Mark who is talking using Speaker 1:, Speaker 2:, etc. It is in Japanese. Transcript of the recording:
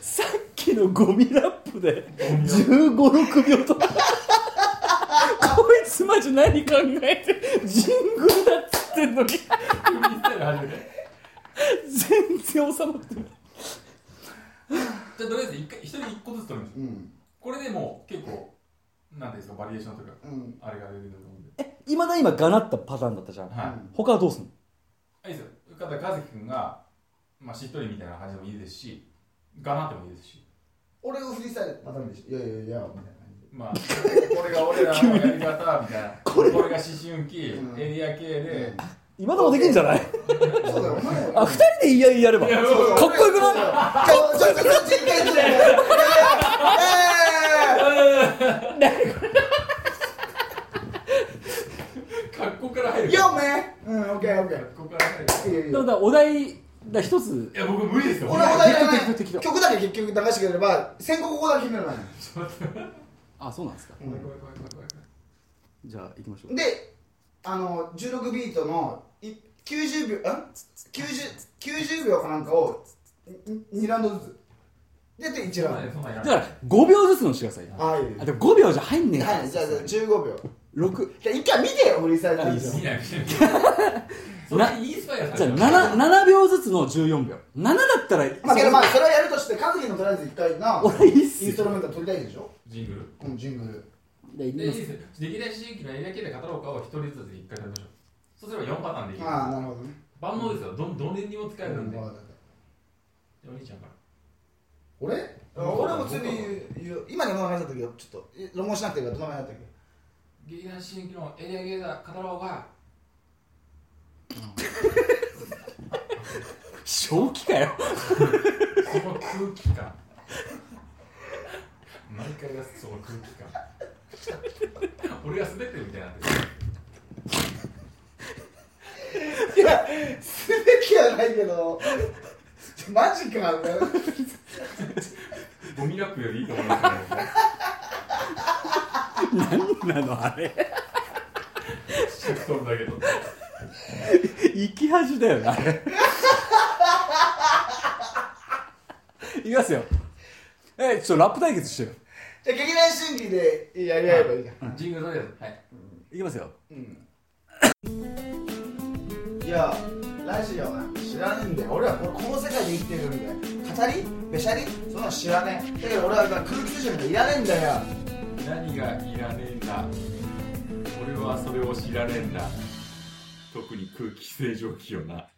Speaker 1: さっきのゴミラップで1 5 6秒とこいつマジ何考えてジングルだっつってんのに
Speaker 2: 初めて
Speaker 1: 全然収まってない
Speaker 2: じゃあとりあえず一回一人一個ずつ取るんですよ
Speaker 3: うん
Speaker 2: これでもう結構なんていうんですかバリエーションというか
Speaker 3: うん
Speaker 2: あれが出てくると思うんで
Speaker 1: いまだ今がなったパターンだったじゃん
Speaker 2: はい、
Speaker 1: 他はどうすんの
Speaker 2: あいいですよだから和樹君が、まあ、しっとりみたいな感じでもいいですしガナってもいいですし
Speaker 3: 俺のフリースタイルパターンでしょいやいやいやみたいな感じ
Speaker 2: まあこれが俺らのやり方みたいなこれが思春期、
Speaker 3: うん
Speaker 2: エリア系で、
Speaker 1: 今でもできんじゃない
Speaker 3: でそうだよお前
Speaker 1: あ二人で言い合いやればかっこよくない
Speaker 3: ちょっとこっち行けんじゃん
Speaker 2: 格好から入る
Speaker 3: えーよめうんオッケーオッケー
Speaker 2: 格好から入る
Speaker 3: いやい
Speaker 1: だ
Speaker 3: や
Speaker 1: からお題だ一つ
Speaker 2: いや僕無理ですよ
Speaker 3: 俺お題やらない
Speaker 1: 適当適当
Speaker 3: 曲だけ結局流してくれれば先行ここだけ決めればいい
Speaker 1: あそうなんですか
Speaker 2: 怖い怖い怖い怖い怖い
Speaker 1: じゃあ行きましょう
Speaker 3: であの16ビートのい90秒あ 90, 90秒かなんかを2ラウンドずつでで1
Speaker 2: そんな
Speaker 3: ラウン
Speaker 2: んそんなんや
Speaker 1: だ
Speaker 2: ら
Speaker 1: か
Speaker 2: ない
Speaker 1: ら5秒ずつのしてくださいよ
Speaker 3: ドはい
Speaker 1: あでも5秒じゃ入んねえ
Speaker 3: はいじゃあじゃあ15秒
Speaker 1: 6
Speaker 3: じゃあ一回見てよフリースタイルダンス
Speaker 2: 見ない見ないそれインスパイアさ
Speaker 1: じゃ
Speaker 2: れ
Speaker 1: あ
Speaker 2: た
Speaker 1: 7, 7秒ずつの14秒7だったら
Speaker 3: まあけどまあそれはやるとしてカズキのとりあえず一回な
Speaker 1: 俺いいっす
Speaker 3: インストラメンタル取りたいでしょ
Speaker 2: ジングル
Speaker 3: このジングル
Speaker 1: で
Speaker 2: でいいですよ歴代思春期のエリア系で語ろうかを一人ずつで一回取りましょうそうすれば4パターンできる
Speaker 3: ああなるほどね
Speaker 2: 万能ですよどんどれにも使えるんで、
Speaker 3: うん
Speaker 2: お兄ちゃんから
Speaker 3: 俺俺も普通に言う今でも話した時はちょっとえ論文しなくていいからどの前だったっけ
Speaker 2: 劇団新規のエリアゲーザー語ろうが
Speaker 1: 正気かよ
Speaker 2: その空気感毎回がその空気感俺が滑ってるみたいになってる
Speaker 3: いやすべきはないけど マ ジかみたいな
Speaker 2: ゴミラップよりいいと思いますね
Speaker 1: 何なのあれ
Speaker 2: シフトンだけど
Speaker 1: 行き恥だよねあ れいきますよえちょっとラップ対決してよ
Speaker 3: じゃあ劇団春季でやり合えばいいじゃん、
Speaker 2: ジングルとりあえずはい
Speaker 1: いきますよ
Speaker 3: いやラジオは知らねえんだよ俺はここの世界で生きてるんだよ語りべしゃりそんなの知らねえだけど俺は空気通信なんかいらねえんだよ
Speaker 2: 何がいらねえんだ俺はそれを知らねえんだ特に空気清浄機をな